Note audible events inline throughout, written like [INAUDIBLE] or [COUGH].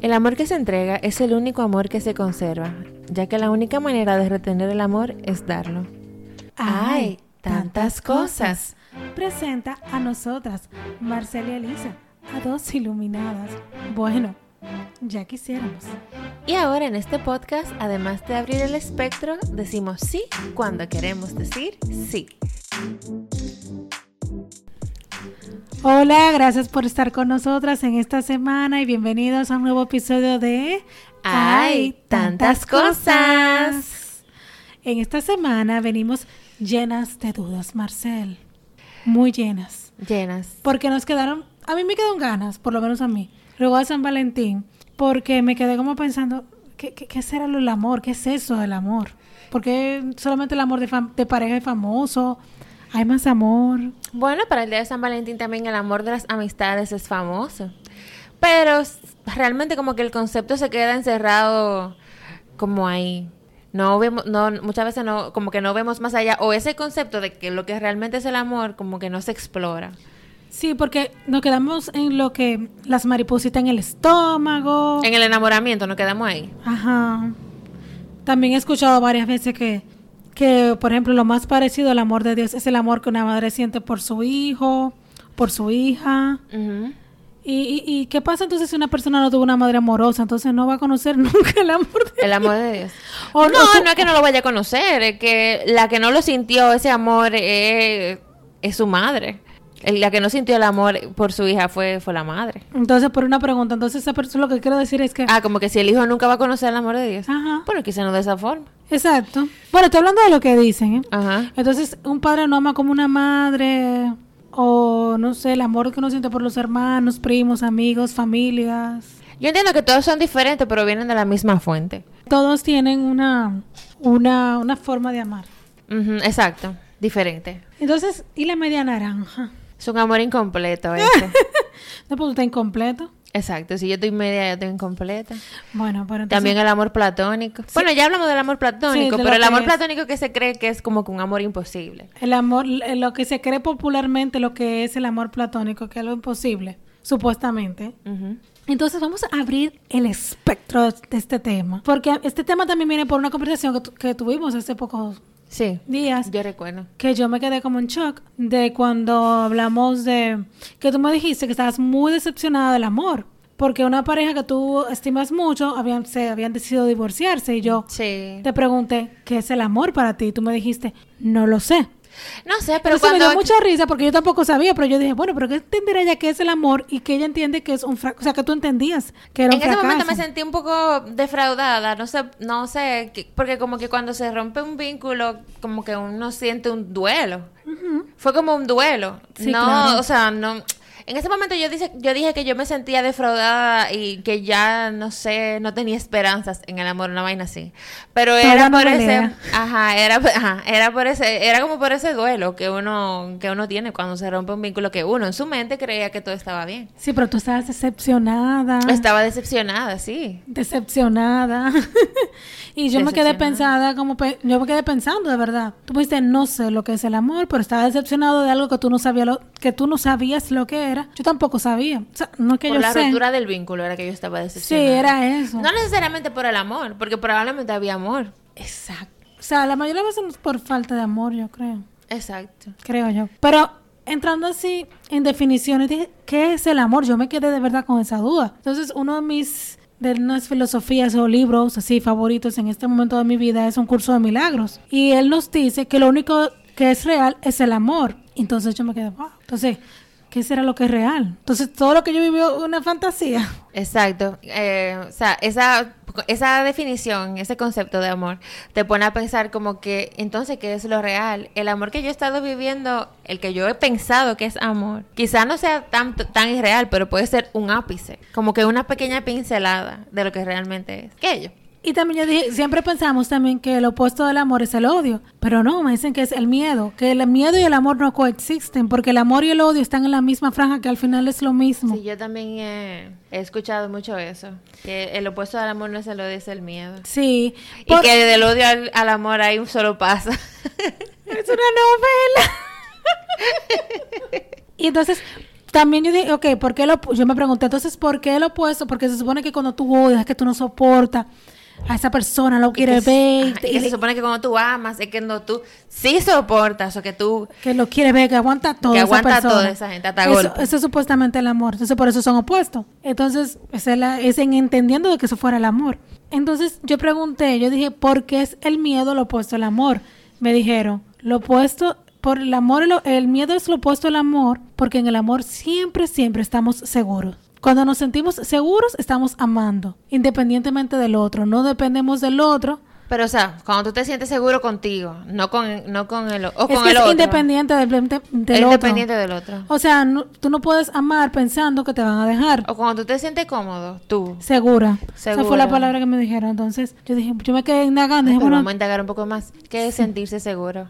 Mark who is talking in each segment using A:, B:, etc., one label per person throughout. A: El amor que se entrega es el único amor que se conserva, ya que la única manera de retener el amor es darlo.
B: ¡Ay,
A: tantas cosas!
B: Presenta a nosotras, Marcela y Elisa, a dos iluminadas. Bueno, ya quisiéramos.
A: Y ahora en este podcast, además de abrir el espectro, decimos sí cuando queremos decir sí.
B: Hola, gracias por estar con nosotras en esta semana y bienvenidos a un nuevo episodio de
A: ¡Ay, tantas cosas!
B: En esta semana venimos llenas de dudas, Marcel. Muy llenas.
A: Llenas.
B: Porque nos quedaron, a mí me quedaron ganas, por lo menos a mí, luego a San Valentín, porque me quedé como pensando, ¿qué, qué, qué será lo del amor? ¿Qué es eso del amor? Porque solamente el amor de, fam- de pareja es famoso, hay más amor.
A: Bueno, para el Día de San Valentín también el amor de las amistades es famoso. Pero s- realmente como que el concepto se queda encerrado como ahí. No vemos, no, muchas veces no, como que no vemos más allá. O ese concepto de que lo que realmente es el amor, como que no se explora.
B: Sí, porque nos quedamos en lo que las maripositas en el estómago.
A: En el enamoramiento nos quedamos ahí.
B: Ajá. También he escuchado varias veces que, que, por ejemplo, lo más parecido al amor de Dios es el amor que una madre siente por su hijo, por su hija.
A: Ujú.
B: ¿Y, y, y qué pasa entonces si una persona no tuvo una madre amorosa? Entonces no va a conocer [LAUGHS] nunca el amor de
A: El amor de [LAUGHS] Dios.
B: O-
A: Oh, no,
B: o su-
A: no es que no lo vaya a conocer, es que la que no lo sintió ese amor eh, es su madre. El- La que no sintió el amor por su hija fue, fue la madre.
B: Entonces, por una pregunta, entonces esa persona lo que quiero decir es que...
A: Ah, como que si el hijo nunca va a conocer el amor de Dios.
B: Ajá.
A: Bueno, quizá no de esa forma.
B: Exacto. Bueno, estoy hablando de lo que dicen, ¿eh?
A: Ajá.
B: Entonces, un padre no ama como una madre, o no sé, el amor que uno siente por los hermanos, primos, amigos, familias.
A: Yo entiendo que todos son diferentes, pero vienen de la misma fuente.
B: Todos tienen una, una, una forma de amar.
A: Ujú, exacto, diferente.
B: Entonces, ¿y la media naranja?
A: Es un amor
B: [LAUGHS]
A: incompleto ese.
B: No, pues está incompleto.
A: exacto, si yo estoy media, yo estoy incompleta.
B: Bueno, pero entonces...
A: También el amor platónico. Bueno, ya hablamos del amor
B: Sí,
A: platónico,
B: de lo
A: pero el
B: que
A: amor
B: es.
A: platónico que se cree que es como que un amor imposible.
B: El amor, eh, lo que se cree popularmente, lo que es el amor platónico, que es lo imposible, supuestamente.
A: Ujú.
B: Entonces vamos a abrir el espectro de este tema, porque este tema también viene por una conversación que, tu- que tuvimos hace pocos
A: Sí,
B: días,
A: yo recuerdo.
B: que yo me quedé como en shock de cuando hablamos de que tú me dijiste que estabas muy decepcionada del amor, porque una pareja que tú estimas mucho habían, se habían decidido divorciarse y yo
A: Sí.
B: te pregunté, ¿qué es el amor para ti? Y tú me dijiste, no lo sé.
A: No sé, pero
B: Pero me
A: cuando...
B: dio mucha risa porque yo tampoco sabía, pero yo dije, bueno, pero ¿qué entenderá ella que es el amor y que ella entiende que es un fracaso? O sea, que tú entendías que era
A: En
B: un
A: ese
B: fracaso.
A: momento me sentí un poco defraudada, no sé, no sé, que- porque como que cuando se rompe un vínculo, como que uno siente un duelo. Fue como un duelo.
B: Sí,
A: no,
B: claro.
A: o sea, no. En ese momento yo dije, yo dije que yo me sentía defraudada y que ya no sé, no tenía esperanzas en el amor, una vaina así. Pero
B: Toda
A: era por
B: novelera.
A: ese, ajá, era, ajá, era por ese, era como por ese duelo que uno, que uno tiene cuando se rompe un vínculo que uno en su mente creía que todo estaba bien.
B: Sí, pero tú estabas decepcionada.
A: Estaba decepcionada, sí.
B: Decepcionada. [LAUGHS] y yo me quedé
A: Decepcionada.
B: pensada, como pe- yo me quedé pensando, de verdad. Tú me dijiste, no sé lo que es el amor, pero estaba decepcionado de algo que tú no sabías lo, que tú no sabías lo que era. Yo tampoco sabía. O sea, no es que
A: por
B: yo
A: la
B: sé.
A: rotura del vínculo era que yo estaba
B: Sí,
A: decepcionada.
B: era eso.
A: No necesariamente por el amor, porque probablemente había amor.
B: Exacto. O sea, la mayoría de veces es por falta de amor, yo creo.
A: Exacto.
B: creo yo. Pero entrando así en definiciones, dije, ¿qué es el amor? Yo me quedé de verdad con esa duda. Entonces, uno de mis de unas filosofías o libros así favoritos en este momento de mi vida es un curso de milagros. Y él nos dice que lo único que es real es el amor. Entonces yo me quedé, wow. Entonces, ¿qué será lo que es real? Entonces, todo lo que yo viví es una fantasía.
A: Exacto. Eh, o sea, esa, esa definición, ese concepto de amor, te pone a pensar como que, entonces, ¿qué es lo real? El amor que yo he estado viviendo, el que yo he pensado que es amor, quizá no sea tan, tan irreal, pero puede ser un ápice, como que una pequeña pincelada de lo que realmente es. Aquello.
B: Y también yo dije, siempre pensamos también que el opuesto del amor es el odio, pero no, me dicen que es el miedo, que el miedo y el amor no coexisten, porque el amor y el odio están en la misma franja, que al final es lo mismo.
A: Sí, yo también he, he escuchado mucho eso, que el opuesto al amor no se lo dice el miedo.
B: Sí,
A: Y
B: por- [LAUGHS]
A: que del odio al, al amor hay un solo paso.
B: es una novela. y entonces, También yo dije, ok, ¿por qué lo, yo me pregunté entonces, ¿por qué lo opuesto? Porque se supone que cuando tú odias, que tú no soportas a esa persona, lo quieres ver.
A: Ajá, y que se supone que cuando tú amas es que no tú sí soportas o que tú
B: que lo quiere ver, que aguanta todo.
A: que aguanta
B: esa persona.
A: toda esa gente hasta
B: eso,
A: golpe.
B: eso es supuestamente el amor. Entonces, por eso son opuestos. Entonces, esa es, la- es en entendiendo de que eso fuera el amor. Entonces, yo pregunté, yo dije, ¿por qué es el miedo lo opuesto al amor? Me dijeron, lo opuesto, por el amor, lo- el miedo es lo opuesto al amor, porque en el amor siempre, siempre estamos seguros. Cuando nos sentimos seguros, estamos amando, independientemente del otro. No dependemos del otro,
A: Pero o sea, cuando tú te sientes seguro contigo, no con no con el o
B: es
A: con
B: que
A: el
B: es
A: otro.
B: independiente del, del
A: es
B: otro.
A: independiente del otro.
B: O sea, no- tú no puedes amar pensando que te van a dejar.
A: O cuando tú te sientes cómodo, tú.
B: Segura. Esa fue
A: Segura.
B: la palabra que me dijeron. Entonces, yo dije, yo me quedé indagando.
A: Pero
B: Dije, bueno,
A: vamos a indagar un poco más. ¿Qué es sentirse seguro?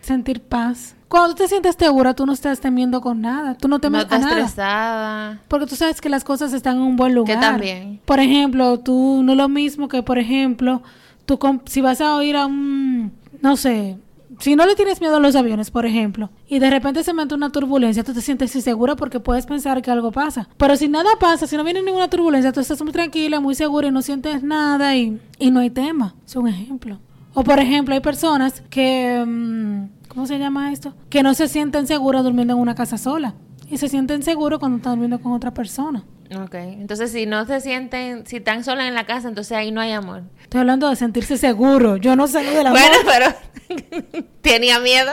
B: sentir paz. Cuando tú te sientes segura, tú no estás temiendo con nada. Tú no
A: no
B: temes a
A: estás
B: nada.
A: estresada.
B: Porque tú sabes que las cosas están en un buen lugar.
A: también.
B: Por ejemplo, tú no es lo mismo que, por ejemplo, tú com- si vas a ir a un, no sé, si no le tienes miedo a los aviones, por ejemplo, y de repente se mete una turbulencia, tú te sientes insegura porque puedes pensar que algo pasa. Pero si nada pasa, si no viene ninguna turbulencia, tú estás muy tranquila, muy segura y no sientes nada y, y no hay tema. Es un ejemplo. O por ejemplo, hay personas que, mm, ¿cómo se llama esto? Que no se sienten seguras durmiendo en una casa sola. Y se sienten seguros cuando están durmiendo con otra persona.
A: Ok. Entonces, si no se sienten, si están solas en la casa, entonces ahí no hay amor.
B: Estoy hablando de sentirse seguro. Yo no sé de la
A: Bueno, pero [LAUGHS] tenía miedo.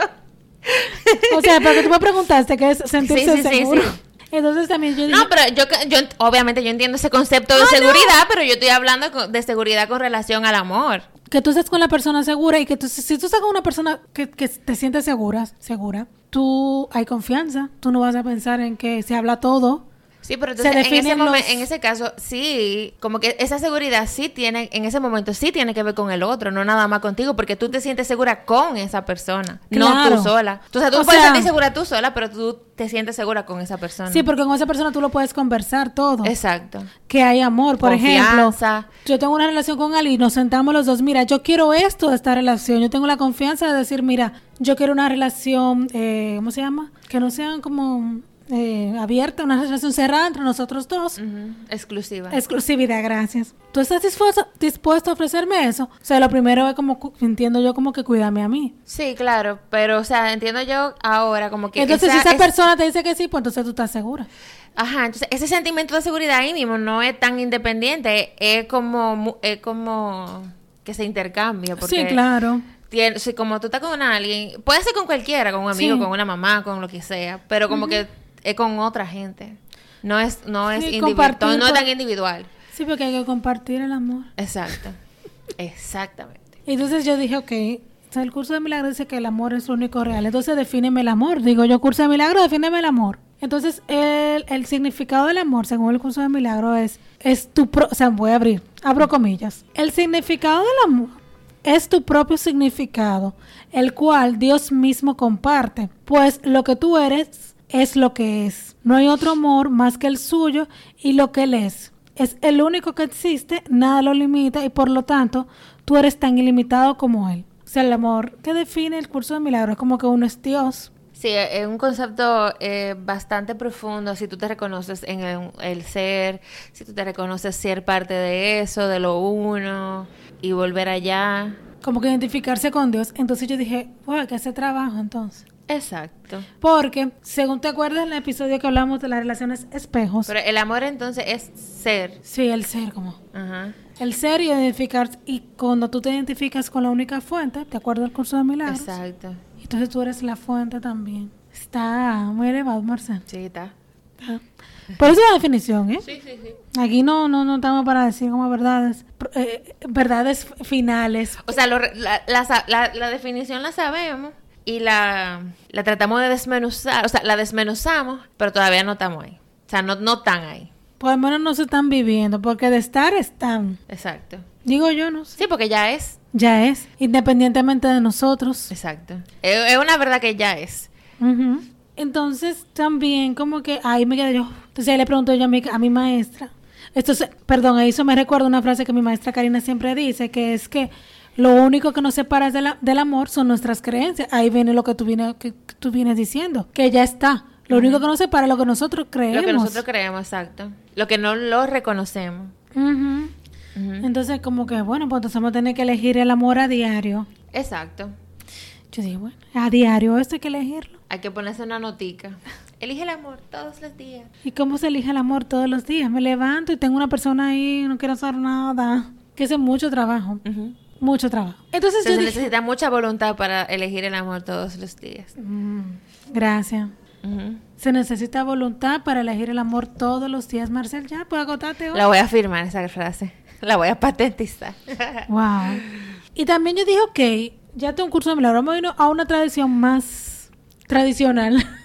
B: O sea, porque tú me preguntaste qué es sentirse
A: Sí, sí, sí,
B: seguro.
A: sí.
B: Entonces también yo
A: [LAUGHS]
B: dije,
A: No, pero yo, que- yo ent- obviamente yo entiendo ese concepto
B: Ah,
A: de seguridad, pero yo estoy hablando co- de seguridad con relación al amor.
B: que tú estás con la persona segura y que tú, si tú estás con una persona que, que te sientes segura, segura, tú hay confianza. Tú no vas a pensar en que se habla todo.
A: Sí, pero
B: Se
A: entonces en ese,
B: definen
A: momen-
B: los-
A: en ese caso, sí, como que esa seguridad sí tiene, en ese momento sí tiene que ver con el otro, no nada más contigo, porque tú te sientes segura con esa persona, no
B: Claro.
A: tú sola. O sea, tú
B: O
A: puedes
B: sea-
A: sentir segura tú sola, pero tú te sientes segura con esa persona.
B: Sí, porque con esa persona tú lo puedes conversar todo.
A: Exacto.
B: que hay amor, por
A: Confianza.
B: ejemplo. Yo tengo una relación con Ali y nos sentamos los dos, mira, yo quiero esto de esta relación, yo tengo la confianza de decir, mira, yo quiero una relación, eh, ¿cómo se llama? Que no sean como eh, abierta, una relación cerrada entre nosotros dos.
A: Ujú, Exclusiva.
B: Exclusividad, gracias. ¿Tú estás dispuesto, dispuesto a ofrecerme eso? O sea, lo primero es como, cu- entiendo yo como que cuídame a mí.
A: Sí, claro, pero o sea, entiendo yo ahora como que
B: Entonces,
A: esa-
B: si esa
A: es-
B: persona te dice que sí, pues entonces tú estás segura.
A: Ajá, entonces ese sentimiento de seguridad ahí mismo no es tan independiente, es como mu- es como que se intercambia porque
B: Sí, claro.
A: Tien- si como tú estás con alguien, puede ser con cualquiera, con un amigo,
B: Sí.
A: con una mamá, con lo que sea, pero como que es con otra gente. No es, no es
B: Sí,
A: individual,
B: compartir pues.
A: no es
B: con-
A: tan individual.
B: Sí, porque hay que compartir el amor.
A: Exacto. Exactamente.
B: Entonces yo dije, ok, o sea, el curso de milagros dice que el amor es lo único real. Entonces defíneme el amor. Digo yo, curso de milagros, defíneme el amor. Entonces el, el significado del amor, según el curso de milagros, es, es tu pro- o sea, voy a abrir, abro comillas. El significado del amor es tu propio significado, el cual Dios mismo comparte, pues lo que tú eres es lo que es. No hay otro amor más que el suyo y lo que él es. Es el único que existe, nada lo limita y por lo tanto tú eres tan ilimitado como él. O sea, el amor que define el curso de milagros es como que uno es Dios.
A: Sí, es un concepto eh, bastante profundo. Si tú te reconoces en el, el ser, si tú te reconoces ser parte de eso, de lo uno y volver allá.
B: Como que identificarse con Dios. Entonces yo dije, wow, hay que hacer trabajo entonces.
A: Exacto.
B: Porque, según te acuerdas en el episodio que hablamos de las relaciones espejos,
A: Pero el amor entonces es ser.
B: sí, el ser como.
A: Ajá.
B: El ser y identificar, y cuando tú te identificas con la única fuente, de acuerdo al curso de milagros,
A: Exacto.
B: entonces tú eres la fuente también. Está muy elevado, Marcel.
A: Sí, está.
B: Está. Pero es una definición, ¿eh?
A: Sí, sí, sí.
B: Aquí no, no, no estamos para decir como verdades, pr- eh, verdades finales.
A: O sea, lo re- la, la sa- la- la definición la sabemos y la, la tratamos de desmenuzar. O sea, la desmenuzamos, pero todavía no estamos ahí. O sea, no, no están ahí.
B: Por lo menos no se están viviendo, porque de estar están.
A: Exacto.
B: Digo yo, no sé.
A: Sí, porque ya es.
B: Ya es, independientemente de nosotros.
A: Exacto. Es, es una verdad que ya es.
B: Ujú. Entonces también como que ahí me quedé yo. Entonces ahí le pregunto yo a mi, a mi maestra. Esto se- perdón, ahí eso me recuerda una frase que mi maestra Karina siempre dice, que es que lo único que nos separa de la- del amor son nuestras creencias. Ahí viene lo que tú, vienes- que tú vienes diciendo, que ya está. Lo único que nos separa es lo que nosotros creemos.
A: Lo que nosotros creemos, exacto. Lo que no lo reconocemos.
B: Ujú. Entonces, como que, bueno, pues entonces vamos a tener que elegir el amor a diario.
A: Exacto.
B: Yo dije, bueno, a diario esto hay que elegirlo.
A: Hay que ponerse una
B: [LAUGHS]
A: notica. Elige el amor todos los días.
B: ¿Y cómo se elige el amor todos los días? Me levanto y tengo una persona ahí, no quiero hacer nada. Que ese es mucho trabajo, mucho trabajo. Entonces
A: Se
B: yo dije,
A: necesita mucha voluntad para elegir el amor todos los días.
B: mm, gracias.
A: Ujú.
B: Se necesita voluntad para elegir el amor todos los días, Marcel. Ya, puedo agotarte hoy.
A: La voy a firmar esa frase. [LAUGHS] La voy a
B: [LAUGHS]
A: patentizar.
B: Wow. Y también yo dije, ok, ya tengo un curso de milagro. Vamos a irnos a una tradición más tradicional. [LAUGHS]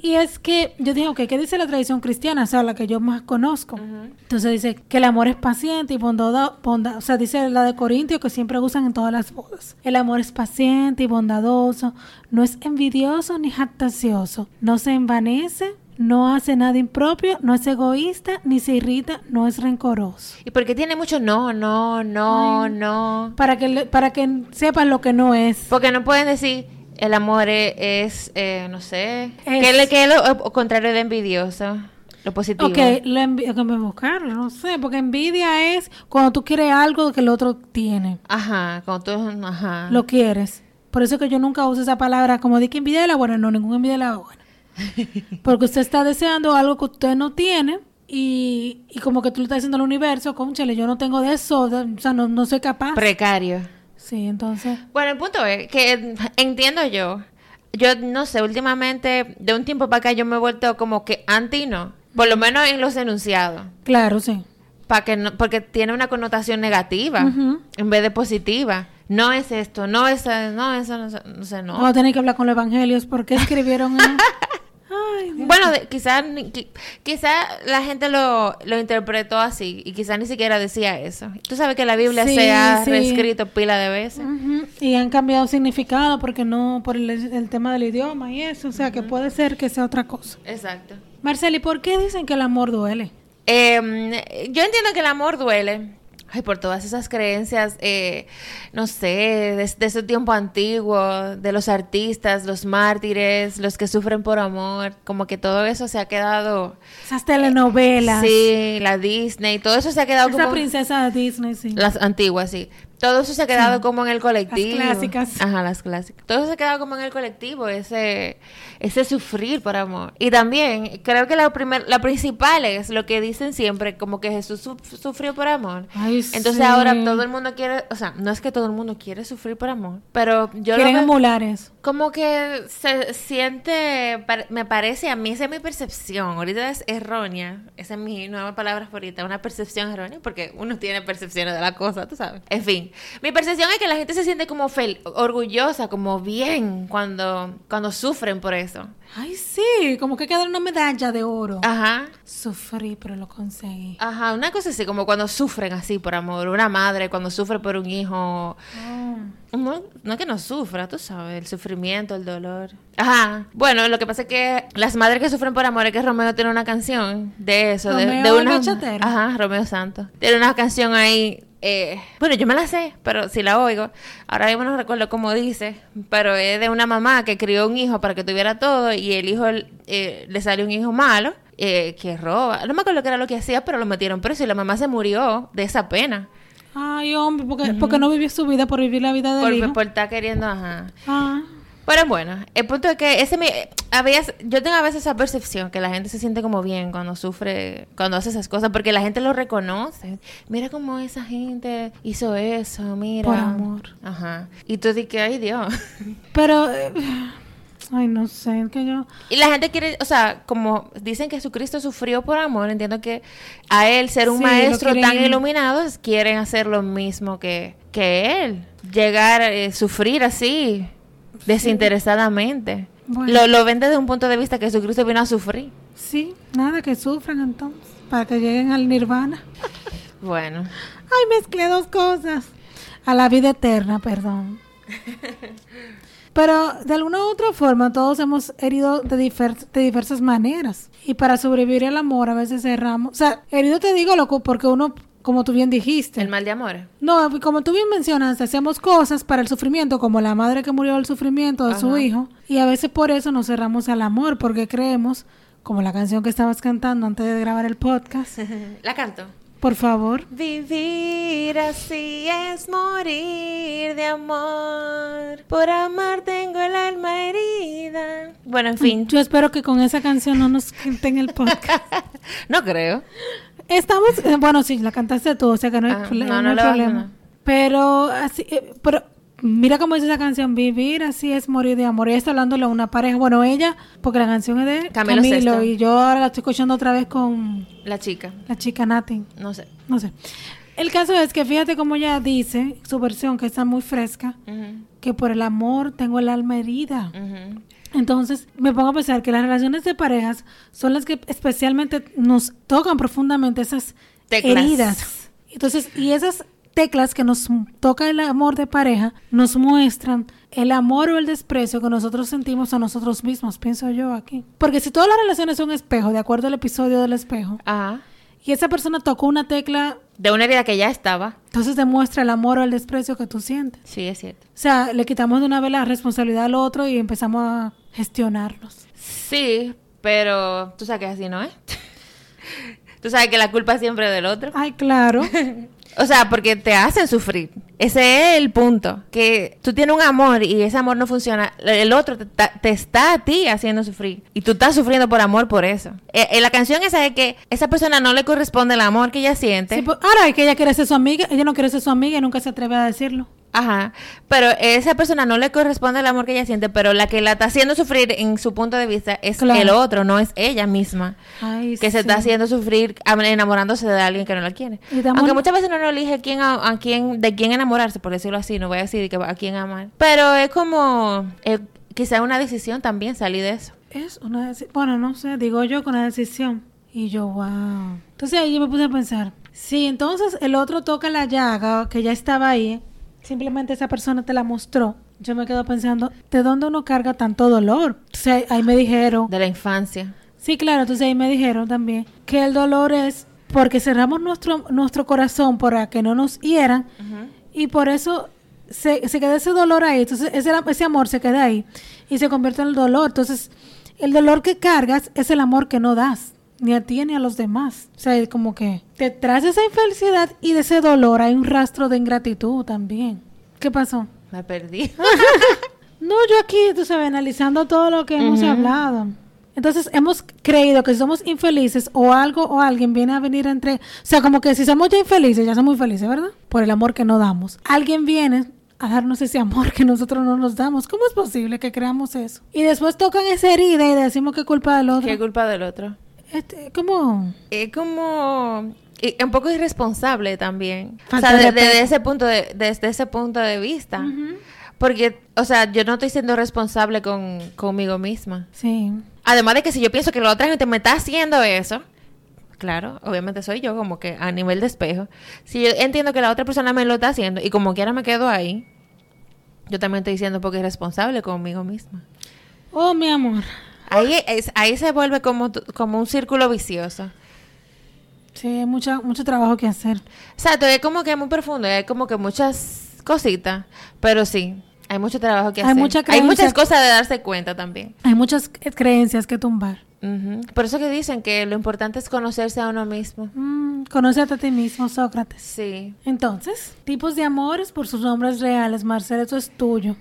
B: y es que yo dije, ok, ¿qué dice la tradición cristiana? O sea, la que yo más conozco. Entonces dice que el amor es paciente y bondoso. o sea, dice la de Corintio que siempre usan en todas las bodas. El amor es paciente y bondadoso. No es envidioso ni jactancioso. No se envanece. No hace nada impropio, no es egoísta, ni se irrita, no es rencoroso.
A: ¿Y porque tiene mucho no, no, no, no?
B: Para que, le- para que sepas lo que no es.
A: Porque no pueden decir el amor e- es, eh, no sé,
B: Es-
A: ¿qué le- qué es lo o- contrario de envidioso? Lo positivo.
B: Ok, la envidia, que me buscaron, no sé, porque envidia es cuando tú quieres algo que el otro tiene,
A: Ajá, cuando tú, ajá.
B: lo quieres. Por eso que yo nunca uso esa palabra como de que envidia de la buena, no, ninguna envidia de
A: [LAUGHS]
B: la buena. Porque usted está deseando algo que usted no tiene y, y como que tú le estás diciendo al universo, conchale, yo no tengo de eso, de- o sea, no, no soy capaz.
A: Precario.
B: sí, entonces,
A: Bueno, el punto es que entiendo yo. Yo no sé, últimamente, de un tiempo para acá, yo me he vuelto como que anti no. Por lo menos en los enunciados.
B: claro, sí.
A: Para que no, porque tiene una connotación negativa
B: Ujú.
A: en vez de positiva. No es esto, no es, no eso, no, sé- no sé, no.
B: Vamos a tener que hablar con los evangelios
A: [LAUGHS]
B: porque escribieron... eh? Ay, Dios.
A: Bueno, de- quizá, ni- qui- quizá la gente lo, lo interpretó así y quizá ni siquiera decía eso. Tú sabes que la Biblia
B: Sí,
A: se ha
B: sí.
A: reescrito pila de veces.
B: Ujú, Y han cambiado significado porque no por el, el tema del idioma y eso, o sea que puede ser que sea otra cosa.
A: Exacto.
B: Marceli, ¿por qué dicen que el amor duele?
A: Eh, yo entiendo que el amor duele. Ay, por todas esas creencias, eh, no sé, de, de ese tiempo antiguo, de los artistas, los mártires, los que sufren por amor, como que todo eso se ha quedado.
B: Esas telenovelas,
A: Sí, la Disney, todo eso se ha quedado
B: esa
A: como.
B: princesa de Disney, sí.
A: Las antiguas, sí. Todo eso se ha quedado como en el colectivo.
B: Las clásicas.
A: Ajá, las clásicas. Todo eso se ha quedado como en el colectivo, ese, ese sufrir por amor. Y también, creo que la, primer, la principal es lo que dicen siempre, como que Jesús suf- sufrió por amor.
B: Ay,
A: Entonces
B: sí.
A: ahora todo el mundo quiere, o sea, no es que todo el mundo quiere sufrir por amor, pero yo lo
B: Quieren
A: veo-
B: emular eso.
A: como que se siente, par- me parece, a mí esa es mi percepción, ahorita es errónea, esa es mi nueva palabra favorita, una percepción errónea, porque uno tiene percepciones de la cosa, tú sabes. En fin, mi percepción es que la gente se siente como fel orgullosa, como bien cuando, cuando sufren por eso.
B: Ay, sí, como que queda una medalla de oro.
A: Ajá.
B: Sufrí, pero lo conseguí.
A: Ajá, una cosa así, como cuando sufren así por amor, una madre cuando sufre por un hijo, Ah. No, no que no sufra, tú sabes, el sufrimiento, el dolor. Ajá. Bueno, lo que pasa es que las madres que sufren por amor es que Romeo tiene una canción de eso, de,
B: Romeo
A: de
B: el
A: una.
B: bachatero.
A: Ajá, Romeo Santos. Tiene una canción ahí. eh, bueno, yo me la sé, pero si la oigo, ahora mismo no recuerdo cómo dice, pero es de una mamá que crió un hijo para que tuviera todo y el hijo eh, le salió un hijo malo eh, que roba. No me acuerdo qué era lo que hacía, pero lo metieron preso y la mamá se murió de esa pena
B: Ay, hombre, porque, porque no vivió su vida por vivir la vida del hijo.
A: por, por estar queriendo, ajá.
B: Ah.
A: Pero bueno, el punto es que ese mi, a veces, yo tengo a veces esa percepción que la gente se siente como bien cuando sufre, cuando hace esas cosas, porque la gente lo reconoce. Mira cómo esa gente hizo eso, mira.
B: Por amor.
A: Ajá. Y tú dices, ay Dios. [LAUGHS]
B: Pero, eh, ay, no sé, es que yo...
A: Y la gente quiere, o sea, como dicen que Jesucristo sufrió por amor, entiendo que a él ser un
B: Sí, lo
A: maestro tan
B: quieren-
A: iluminado, quieren hacer lo mismo que, que él. Llegar, eh, sufrir así, desinteresadamente.
B: Bueno.
A: Lo, lo ven desde un punto de vista que Jesucristo vino a sufrir.
B: Sí, nada, que sufran entonces, para que lleguen al nirvana.
A: Bueno,
B: Ay, mezclé dos cosas. A la vida eterna, perdón. Pero de alguna u otra forma todos hemos herido de, difer- de diversas maneras. Y para sobrevivir al amor a veces cerramos. O sea, herido te digo loco porque uno, como tú bien dijiste,
A: el mal de amor.
B: No, como tú bien mencionas, hacemos cosas para el sufrimiento, como la madre que murió del sufrimiento de su
A: Ajá.
B: hijo, y a veces por eso nos cerramos al amor, porque creemos, como la canción que estabas cantando antes de grabar el podcast,
A: [LAUGHS] La canto.
B: por favor,
A: Vivir así es morir de amor. Por amar tengo el alma herida. Bueno, en fin.
B: yo espero que con esa canción no nos quiten el
A: [LAUGHS]
B: podcast.
A: no creo.
B: Estamos, eh, bueno, sí, la cantaste tú, o sea que no hay,
A: Ah,
B: prole-
A: no,
B: no
A: no
B: hay
A: la vas a
B: problema.
A: ganar.
B: Pero, así, eh, pero mira cómo dice esa canción, vivir así es morir de amor. Ella está hablándole a una pareja, bueno, ella, porque la canción es de
A: Camilo
B: Camilo,
A: Sesto.
B: y yo ahora la estoy escuchando otra vez con
A: La chica.
B: la chica Nati,
A: No sé.
B: no sé. El caso es que fíjate cómo ella dice, su versión que está muy fresca,
A: Ujú,
B: que por el amor tengo el alma herida.
A: ujú.
B: Entonces, me pongo a pensar que las relaciones de parejas son las que especialmente nos tocan profundamente esas
A: Teclas.
B: heridas. Entonces, y esas teclas que nos toca el amor de pareja nos muestran el amor o el desprecio que nosotros sentimos a nosotros mismos, pienso yo aquí. Porque si todas las relaciones son espejo, de acuerdo al episodio del espejo,
A: Ajá.
B: y esa persona tocó una tecla,
A: De una herida que ya estaba.
B: entonces demuestra el amor o el desprecio que tú sientes.
A: Sí, es cierto.
B: O sea, le quitamos de una vez la responsabilidad al otro y empezamos a gestionarnos.
A: Sí, pero tú sabes que así [LAUGHS] no es. tú sabes que la culpa es siempre del otro. [LAUGHS]
B: Ay, claro.
A: O sea, porque te hacen sufrir. Ese es el punto. Que tú tienes un amor y ese amor no funciona. El otro te, ta- te está a ti haciendo sufrir. Y tú estás sufriendo por amor por eso. Eh, eh, la canción esa es que esa persona no le corresponde el amor que ella siente.
B: Sí, pues, ahora es que ella quiere ser su amiga, ella no quiere ser su amiga y nunca se atreve a decirlo.
A: Ajá. Pero esa persona no le corresponde el amor que ella siente. Pero la que la está haciendo sufrir en su punto de vista es
B: Claro.
A: el otro, no es ella misma.
B: Ay,
A: que se
B: sí.
A: está haciendo sufrir am- enamorándose de alguien que no la quiere.
B: Y damos-
A: Aunque muchas veces no uno elige quién a, a quién, de quién enamorarse, por decirlo así, no voy a decir que a quién amar. Pero es como eh, quizá una decisión también salir de eso.
B: Es una decisión, bueno, no sé, digo yo con la decisión. Y yo, wow. Entonces ahí yo me puse a pensar, si entonces el otro toca la llaga que ya estaba ahí, simplemente esa persona te la mostró, yo me quedo pensando, ¿de dónde uno carga tanto dolor? Entonces ahí me dijeron,
A: De la infancia.
B: Sí, claro, entonces ahí me dijeron también que el dolor es porque cerramos nuestro, nuestro corazón para que no nos hieran y por eso se, se queda ese dolor ahí, entonces ese, ese amor se queda ahí y se convierte en el dolor. Entonces, el dolor que cargas es el amor que no das, ni a ti ni a los demás. O sea, es como que te traes esa infelicidad y de ese dolor hay un rastro de ingratitud también. ¿Qué pasó?
A: Me
B: [LAUGHS]
A: perdí.
B: No, yo aquí, tú sabes, analizando todo lo que hemos hablado. Entonces, hemos creído que si somos infelices o algo o alguien viene a venir entre... O sea, como que si somos ya infelices, ya somos infelices, ¿verdad? Por el amor que no damos. Alguien viene a darnos ese amor que nosotros no nos damos. ¿Cómo es posible que creamos eso? Y después tocan esa herida y decimos que culpa del otro.
A: ¿Qué culpa del otro?
B: Este, ¿Cómo?
A: Es como eh, un poco irresponsable también.
B: Falta
A: o sea,
B: de
A: desde
B: respeto.
A: ese punto de, desde ese punto de vista. Porque, o sea, yo no estoy siendo responsable con, conmigo misma.
B: Sí.
A: Además de que si yo pienso que la otra gente me está haciendo eso, claro, obviamente soy yo como que a nivel de espejo. Si yo entiendo que la otra persona me lo está haciendo y como quiera me quedo ahí, yo también estoy siendo un poco irresponsable conmigo misma.
B: Oh, mi amor.
A: Ahí, es- ahí se vuelve como, tu- como un círculo vicioso.
B: Sí, hay mucha, mucho trabajo que hacer.
A: Exacto, es como que es muy profundo, hay como que muchas cositas, pero sí, hay mucho trabajo que
B: Hay
A: hacer.
B: mucha
A: hay
B: creencia.
A: muchas cosas de darse cuenta también.
B: Hay muchas creencias que tumbar.
A: Ujú. Por eso que dicen que lo importante es conocerse a uno mismo.
B: Mm, conócete a ti mismo, Sócrates.
A: Sí. [LAUGHS]
B: Entonces, tipos de amores por sus nombres reales, Marcela, eso es tuyo.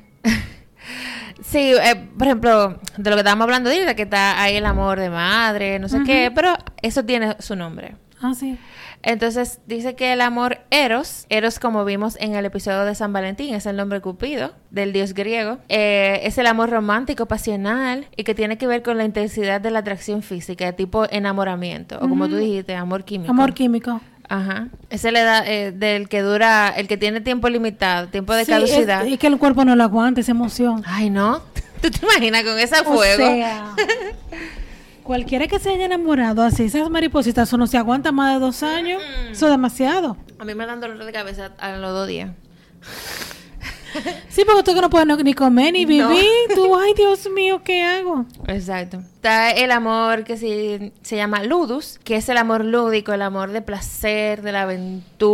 A: Sí, eh, por ejemplo, de lo que estábamos hablando ahorita, que está ahí el amor de madre, no sé qué, pero eso tiene su nombre.
B: Ah, sí.
A: Entonces dice que el amor Eros, Eros como vimos en el episodio de San Valentín, es el nombre cupido del dios griego, eh, es el amor romántico, pasional y que tiene que ver con la intensidad de la atracción física, tipo enamoramiento, o como tú dijiste, amor químico.
B: Amor químico.
A: Ajá. Ese le da eh, del que dura, el que tiene tiempo limitado, tiempo de
B: Sí, es-
A: caducidad.
B: es que el cuerpo no lo aguanta,
A: [LAUGHS]
B: esa emoción.
A: Ay, no. ¿Tú te imaginas con ese
B: O
A: fuego?
B: sea, cualquiera que se haya enamorado así, esas maripositas, eso no se aguanta más de dos
A: Mm.
B: años. Eso es demasiado. [LAUGHS]
A: A mí me dan dolor de cabeza a los dos días.
B: Sí, porque tú que no puedes no- ni comer ni
A: No. [LAUGHS]
B: vivir. Tú, ay, Dios mío, ¿qué hago?
A: Exacto. Está el amor que se, se llama ludus, que es el amor lúdico, el amor de placer, de la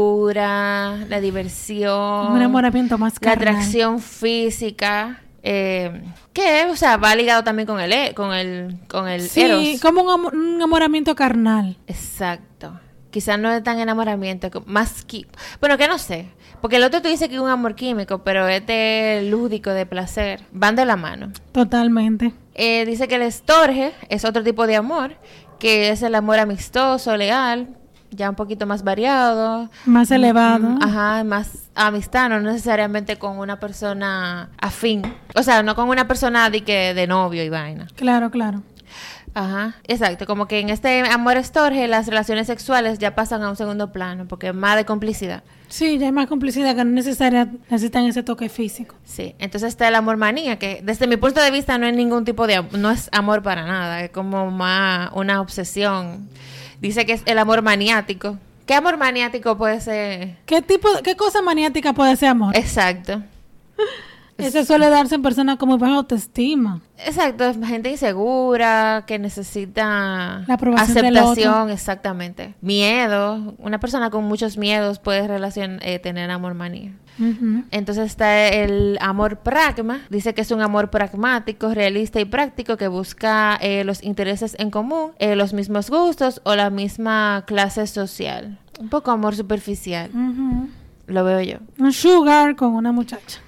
A: aventura, la diversión.
B: Un enamoramiento más
A: La
B: carnal.
A: atracción física. eh, que, o sea, va ligado también con el, e- con el, con el
B: Sí,
A: eros.
B: como un, amo- un enamoramiento carnal.
A: Exacto. Quizás no es tan enamoramiento, co- más qui- Bueno, que no sé. Porque el otro tú dices que es un amor químico, pero este lúdico de placer. Van de la mano.
B: Totalmente.
A: Eh, dice que el estorge es otro tipo de amor, que es el amor amistoso, leal, ya un poquito más variado.
B: Más elevado.
A: Mm, Ajá, más amistad, no necesariamente con una persona afín. O sea, no con una persona de, que de novio y vaina.
B: Claro, claro.
A: Ajá, exacto. Como que en este amor estorge las relaciones sexuales ya pasan a un segundo plano, porque es más de complicidad.
B: Sí, ya hay más complicidad que no necesaria, necesitan ese toque físico.
A: Sí, entonces está el amor manía, que desde mi punto de vista no es ningún tipo de am- no es amor para nada, es como más una obsesión. Dice que es el amor maniático. ¿Qué amor maniático puede ser?
B: ¿Qué tipo, de- qué cosa maniática puede ser amor?
A: Exacto.
B: Eso suele darse en personas con muy baja autoestima.
A: Exacto, es gente insegura, que necesita
B: La aprobación del otro.
A: aceptación, exactamente. Miedo, una persona con muchos miedos puede relacion- eh, tener amor manía.
B: Ujú.
A: Entonces está el amor pragma. Dice que es un amor pragmático, realista y práctico que busca eh, los intereses en común, eh, los mismos gustos o la misma clase social. Un poco amor superficial,
B: Ujú.
A: lo veo yo. [LAUGHS]
B: Un sugar con una muchacha.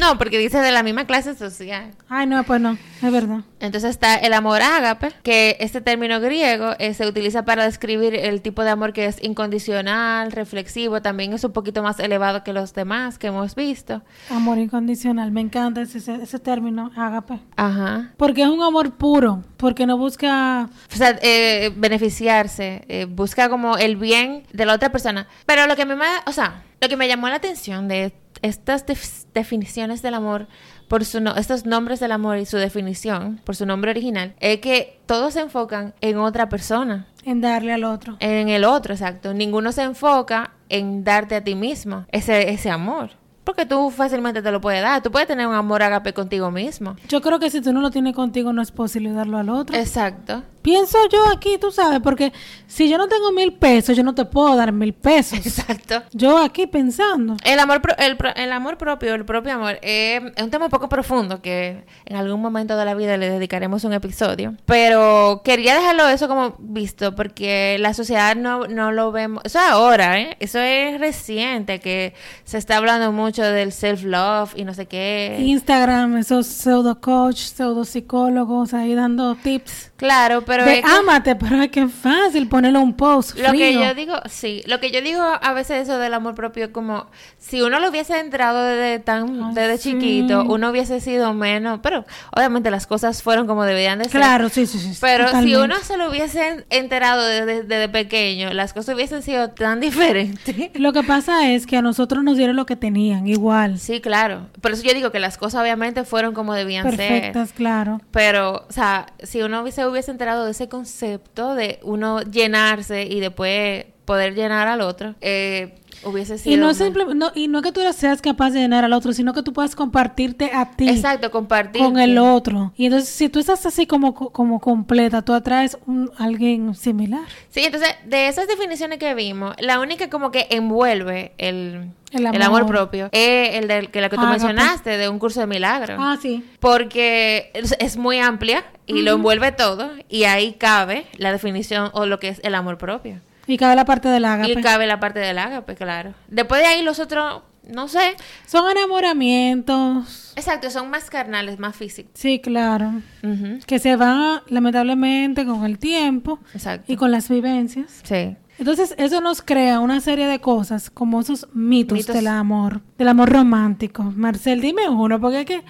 A: no, porque dice de la misma clase social.
B: Ay, no, pues no, es verdad.
A: Entonces está el amor ágape, que este término griego eh, se utiliza para describir el tipo de amor que es incondicional, reflexivo, también es un poquito más elevado que los demás que hemos visto.
B: Amor incondicional, me encanta ese, ese- ese término, ágape.
A: Ajá.
B: Porque es un amor puro, porque no busca...
A: O sea, eh, beneficiarse, eh, busca como el bien de la otra persona. Pero lo que me, ma- o sea, lo que me llamó la atención de estas def- definiciones del amor, por su no- estos nombres del amor y su definición, por su nombre original, es que todos se enfocan en otra persona,
B: en darle al otro.
A: en el otro, exacto. Ninguno se enfoca en darte a ti mismo ese, ese amor. Porque tú fácilmente te lo puedes dar. Tú puedes tener un amor agape contigo mismo.
B: Yo creo que si tú no lo tienes contigo no es posible darlo al otro.
A: Exacto. [LAUGHS]
B: Pienso yo aquí, tú sabes, porque si yo no tengo mil pesos, yo no te puedo dar mil pesos.
A: Exacto.
B: Yo aquí pensando.
A: El amor, pro- el, pro- el amor propio, el propio amor, eh, es un tema un poco profundo que en algún momento de la vida le dedicaremos un episodio. Pero quería dejarlo eso como visto porque la sociedad no, no lo vemos. Eso es ahora, ¿eh? Eso es reciente, que se está hablando mucho del self-love y no sé qué.
B: Instagram, esos pseudo coach, pseudo psicólogos ahí dando tips.
A: claro, pero...
B: de
A: es que-
B: ámate, pero es que es fácil ponerle un post
A: Lo que
B: frío.
A: yo digo, sí, lo que yo digo a veces eso del amor propio es como si uno lo hubiese entrado desde tan
B: Ay,
A: desde
B: sí.
A: chiquito, uno hubiese sido menos, pero obviamente las cosas fueron como debían de ser.
B: Claro, sí, sí, sí.
A: Pero
B: totalmente.
A: si uno se lo hubiese enterado desde, desde pequeño, las cosas hubiesen sido tan [LAUGHS] diferentes.
B: Lo que pasa es que a nosotros nos dieron lo que tenían, igual.
A: Sí, claro. Por eso yo digo que las cosas obviamente fueron como debían ser.
B: Perfectas, claro.
A: Pero, o sea, si uno se hubiese enterado de ese concepto de uno llenarse y después poder llenar al otro, eh, hubiese sido...
B: Y no,
A: más-
B: simple- no- y no que tú seas capaz de llenar al otro, sino que tú puedas compartirte a ti
A: Exacto, compartir.
B: con el otro. Y entonces, si tú estás así como, co- como completa, tú atraes un, alguien similar.
A: Sí, entonces, de esas definiciones que vimos, la única como que envuelve el,
B: El
A: el amor.
B: amor.
A: propio es el de, que la que tú
B: Ágape.
A: mencionaste, de un curso de milagros.
B: Ah, sí.
A: Porque es, es muy amplia y lo envuelve todo, y ahí cabe la definición o lo que es el amor propio.
B: Y cabe la parte del ágape.
A: Y cabe la parte del ágape, claro. Después de ahí los otros, no sé.
B: Son enamoramientos.
A: Exacto, son más carnales, más físicos.
B: Sí, claro.
A: Ujú,
B: Que se van, lamentablemente, con el tiempo
A: Exacto.
B: y con las vivencias.
A: Sí.
B: Entonces, eso nos crea una serie de cosas, como esos mitos,
A: Mitos.
B: del amor, del amor romántico. Marcel, dime uno, porque es que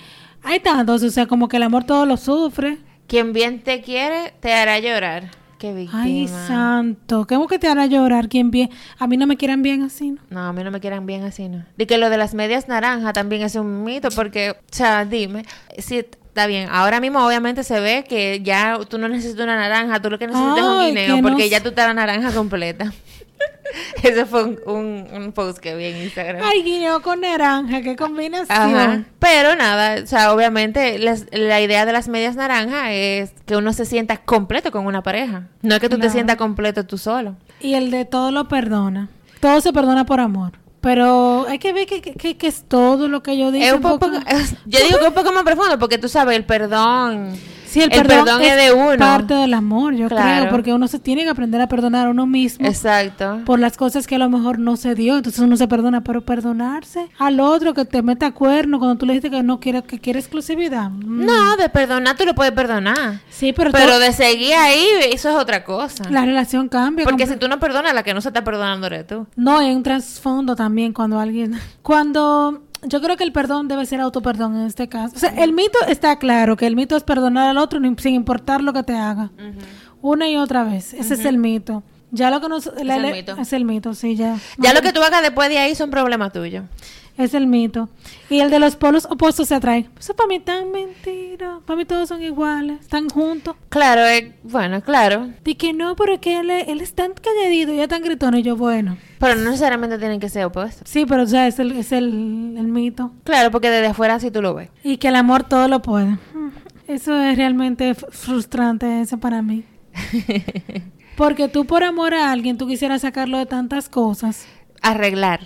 B: hay tantos, o sea, como que el amor todo lo sufre.
A: Quien bien te quiere, te hará llorar. Qué víctima.
B: Ay, santo, ¿cómo que te hará llorar quien bien? A mí no me quieran bien así, ¿no?
A: No, a mí no me quieran bien así, ¿no? De que lo de las medias naranjas también es un mito, porque, o sea, dime, si está bien, ahora mismo obviamente se ve que ya tú no necesitas una naranja, tú lo que necesitas es un
B: Ay,
A: guineo,
B: que no
A: porque
B: sé.
A: ya tú estás la naranja completa. [LAUGHS] Ese fue un, un, un post que vi en Instagram.
B: Ay, guineo con naranja, qué combinación.
A: Ajá. Pero nada, o sea, obviamente las- la idea de las medias naranjas es que uno se sienta completo con una pareja. No es que tú te
B: Claro.
A: sientas completo tú solo.
B: Y el de todo lo perdona. Todo se perdona por amor. Pero hay que ver que, que- que- que es todo lo que yo digo.
A: Es un poco- [LAUGHS] es- yo digo que es un poco más profundo porque tú sabes, el perdón.
B: Sí, el perdón,
A: es, de uno.
B: parte del amor, yo
A: Claro.
B: creo, porque uno se tiene que aprender a perdonar a uno mismo
A: Exacto.
B: por las cosas que a lo mejor no se dio, entonces uno se perdona, pero perdonarse al otro que te meta cuerno cuando tú le dijiste que no quiere que quiere exclusividad. mm.
A: No, de perdonar tú lo puedes perdonar.
B: Sí, pero,
A: Pero,
B: todo-
A: de seguir ahí, eso es otra cosa.
B: la relación cambia.
A: Ah. Porque
B: comple-
A: si tú no perdonas, la que no se está perdonando eres tú.
B: No, hay un trasfondo también cuando alguien. Cuando. Yo creo que el perdón debe ser autoperdón en este caso. O sea, el mito está claro, que el mito es perdonar al otro ni- sin importar lo que te haga. Una y otra vez. Ese es el mito. Ya lo que nos. la
A: el
B: le-
A: mito.
B: Es el mito, sí, ya.
A: Ya lo que tú hagas después de ahí son problemas tuyos.
B: Es el mito. Y el de los polos opuestos se atraen. Eso para mí es tan mentira. Para mí todos son iguales, están juntos.
A: Claro, eh, bueno, claro.
B: De que no, pero que él, es- él es tan calladito, ya tan gritón. Y yo, bueno.
A: Pero no necesariamente tienen que ser opuestos.
B: Sí, pero o sea, es el, es el, el mito.
A: Claro, porque desde afuera sí tú lo [LAUGHS] ves.
B: Y que el amor todo lo puede. Eso es realmente f- frustrante, eso para mí. Porque tú por amor a alguien, tú quisieras sacarlo de tantas cosas.
A: Arreglar,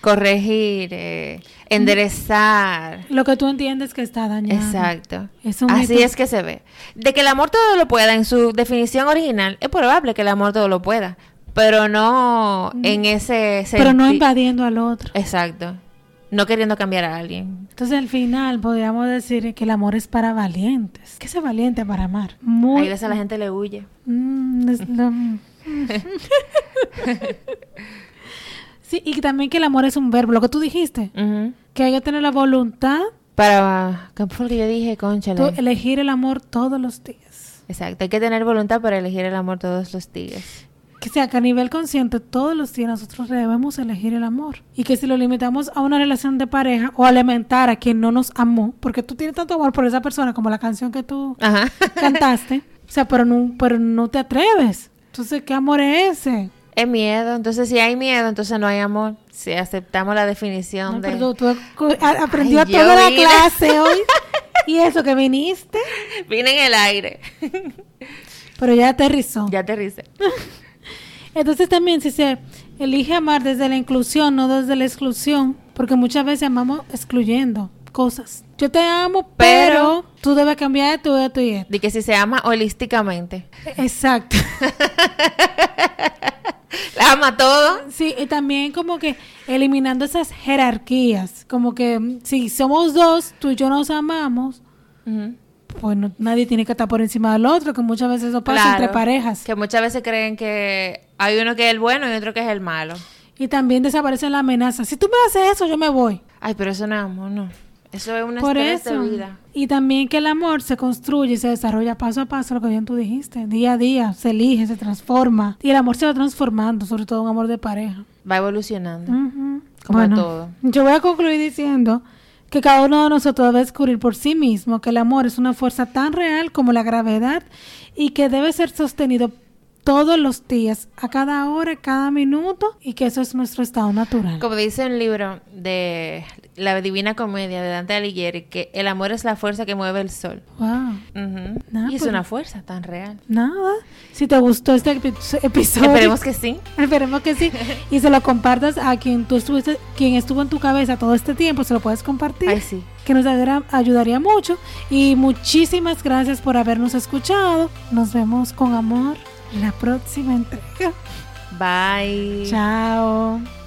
A: corregir, eh, enderezar.
B: Lo que tú entiendes que está dañado.
A: Exacto.
B: Es un
A: Así
B: mito.
A: es que se ve. De que el amor todo lo pueda, en su definición original, es probable que el amor todo lo pueda. Pero no en ese
B: Mm. Pero no
A: senti-
B: invadiendo al otro.
A: Exacto. No queriendo cambiar a alguien.
B: Entonces al final podríamos decir que el amor es para valientes. ¿Qué es ser valiente para amar? Muy...
A: Hay veces la gente le
B: [LAUGHS]
A: huye.
B: Mm, es lo- sí, y también que el amor es un verbo, lo que tú dijiste.
A: Ujú.
B: Que hay que tener la voluntad
A: Para. ¿Qué fue lo que yo dije? Conchale.
B: Tú elegir el amor todos los días.
A: Exacto. Hay que tener voluntad para elegir el amor todos los días.
B: Que sea que a nivel consciente todos los días nosotros debemos elegir el amor. Y que si lo limitamos a una relación de pareja o alimentar a quien no nos amó, porque tú tienes tanto amor por esa persona como la canción que tú
A: Ajá.
B: [LAUGHS] cantaste, o sea, pero no, pero no te atreves. Entonces, ¿qué amor es ese?
A: Es miedo. Entonces, si hay miedo, entonces no hay amor. Si aceptamos la definición
B: No,
A: de.
B: pero tú, tú co- a- aprendió
A: Ay, yo
B: toda la
A: vine.
B: clase hoy. Y eso que viniste,
A: [LAUGHS] Vine en el aire.
B: pero ya aterrizó.
A: ya aterrice.
B: Entonces también si se elige amar desde la inclusión, no desde la exclusión, porque muchas veces amamos excluyendo cosas. Yo te amo, pero,
A: Pero-
B: tú debes cambiar de tu esto y esto.
A: De que si se ama holísticamente.
B: Exacto. [LAUGHS]
A: La ama todo.
B: Sí, y también como que eliminando esas jerarquías, como que mm, si somos dos, tú y yo nos amamos,
A: Ujú.
B: pues no- nadie tiene que estar por encima del otro, que muchas veces eso pasa
A: Claro.
B: entre parejas.
A: Que muchas veces creen que hay uno que es el bueno y otro que es el malo.
B: Y también desaparece la amenaza. Si tú me haces eso, yo me voy.
A: Ay, pero eso no es amor, no. Eso es una
B: Por
A: estrés
B: eso.
A: de vida.
B: Y también que el amor se construye y se desarrolla paso a paso, lo que bien tú dijiste, día a día, se elige, se transforma. Y el amor se va transformando, sobre todo un amor de pareja.
A: Va evolucionando.
B: Ujú.
A: Como todo.
B: Yo voy a concluir diciendo que cada uno de nosotros debe descubrir por sí mismo que el amor es una fuerza tan real como la gravedad y que debe ser sostenido todos los días, a cada hora, cada minuto, y que eso es nuestro estado natural.
A: Como dice un libro de La Divina Comedia de Dante Alighieri, que el amor es la fuerza que mueve el sol.
B: Wow.
A: Ujú.
B: Nah,
A: y es
B: pues-
A: una fuerza tan real.
B: Nada. Si te gustó este epi- episodio.
A: Esperemos que sí.
B: Esperemos que sí. Y se lo compartas a quien tú estuviste, quien estuvo en tu cabeza todo este tiempo, se lo puedes compartir.
A: Ay, sí.
B: Que nos ayudará- ayudaría mucho. Y muchísimas gracias por habernos escuchado. Nos vemos con amor en la próxima entrega.
A: Bye.
B: Chao.